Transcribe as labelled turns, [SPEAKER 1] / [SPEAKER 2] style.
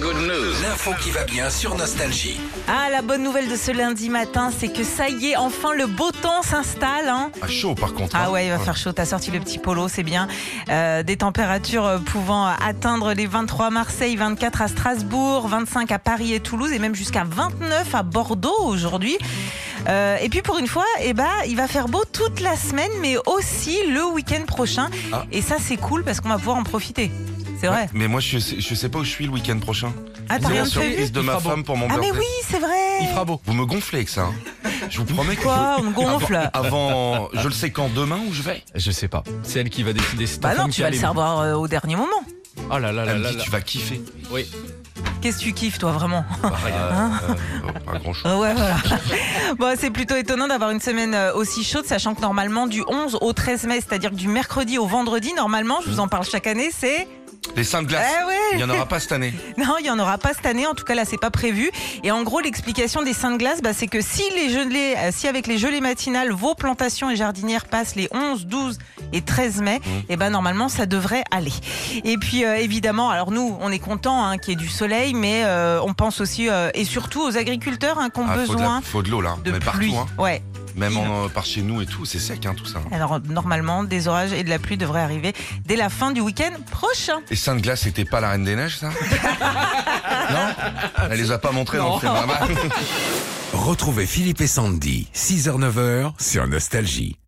[SPEAKER 1] Good news. L'info qui va bien sur Nostalgie.
[SPEAKER 2] Ah, la bonne nouvelle de ce lundi matin, c'est que ça y est, enfin le beau temps s'installe. hein.
[SPEAKER 3] Ah, chaud par contre.
[SPEAKER 2] Ah
[SPEAKER 3] hein.
[SPEAKER 2] ouais, il va faire chaud. T'as sorti le petit polo, c'est bien. Euh, des températures euh, pouvant atteindre les 23 à Marseille, 24 à Strasbourg, 25 à Paris et Toulouse, et même jusqu'à 29 à Bordeaux aujourd'hui. Euh, et puis pour une fois, eh ben, il va faire beau toute la semaine, mais aussi le week-end prochain.
[SPEAKER 3] Ah.
[SPEAKER 2] Et ça, c'est cool parce qu'on va pouvoir en profiter. C'est vrai.
[SPEAKER 3] Mais moi, je sais, je sais pas où je suis le week-end prochain.
[SPEAKER 2] Ah, t'as
[SPEAKER 3] C'est
[SPEAKER 2] rien
[SPEAKER 3] la
[SPEAKER 2] de
[SPEAKER 3] surprise
[SPEAKER 2] prévu
[SPEAKER 3] de
[SPEAKER 4] Il
[SPEAKER 3] ma
[SPEAKER 4] fera beau.
[SPEAKER 3] femme pour mon
[SPEAKER 2] Ah mais
[SPEAKER 3] birthday.
[SPEAKER 2] oui, c'est vrai.
[SPEAKER 4] Il fera beau.
[SPEAKER 3] Vous me gonflez avec ça. hein. Je vous promets que.
[SPEAKER 2] Quoi On
[SPEAKER 3] je-
[SPEAKER 2] gonfle
[SPEAKER 3] Avant, avant- je le sais quand demain où je vais.
[SPEAKER 4] Je sais pas. C'est elle qui va décider. C'est ta
[SPEAKER 2] Bah non,
[SPEAKER 4] femme
[SPEAKER 2] tu
[SPEAKER 4] qui
[SPEAKER 2] vas
[SPEAKER 4] a
[SPEAKER 2] le
[SPEAKER 4] les-
[SPEAKER 2] savoir euh, au dernier moment.
[SPEAKER 4] Oh là là là
[SPEAKER 3] Elle
[SPEAKER 4] là
[SPEAKER 3] me dit
[SPEAKER 4] là.
[SPEAKER 3] tu vas kiffer.
[SPEAKER 4] Oui.
[SPEAKER 2] Qu'est-ce que tu kiffes, toi, vraiment
[SPEAKER 3] Bah, euh, euh, pas grand chose.
[SPEAKER 2] Ouais, voilà. bon, c'est plutôt étonnant d'avoir une semaine euh, aussi chaude, sachant que normalement, du 11 au 13 mai, c'est-à-dire que du mercredi au vendredi, normalement, je vous en parle chaque année, c'est.
[SPEAKER 3] Les seins de
[SPEAKER 2] Eh
[SPEAKER 3] glace. Il
[SPEAKER 2] ouais
[SPEAKER 3] n'y en aura pas cette année.
[SPEAKER 2] Non, il n'y en aura pas cette année, en tout cas, là, c'est pas prévu. Et en gros, l'explication des seins de glace, bah, c'est que si, les gelées, euh, si avec les gelées matinales, vos plantations et jardinières passent les 11, 12 et 13 mai,
[SPEAKER 3] Mmh.
[SPEAKER 2] et ben normalement, ça devrait aller. Et puis euh, évidemment, alors nous, on est content qu'il y ait du soleil, mais euh, on pense aussi euh, et surtout aux agriculteurs hein, qui ont
[SPEAKER 3] Ah, faut de la-
[SPEAKER 2] besoin
[SPEAKER 3] faut de l'eau là.
[SPEAKER 2] de
[SPEAKER 3] Mais
[SPEAKER 2] pluie.
[SPEAKER 3] partout. Hein.
[SPEAKER 2] Ouais.
[SPEAKER 3] Même en- euh, par chez nous et tout. C'est sec hein, tout ça.
[SPEAKER 2] Alors normalement, des orages et de la pluie devraient arriver dès la fin du week-end prochain.
[SPEAKER 3] Les seins de glace, c'était pas la reine des neiges ça Non Elle les a pas montrés dans le film. Ah bah.
[SPEAKER 1] Retrouvez Philippe et Sandy, 6h-9h sur Nostalgie.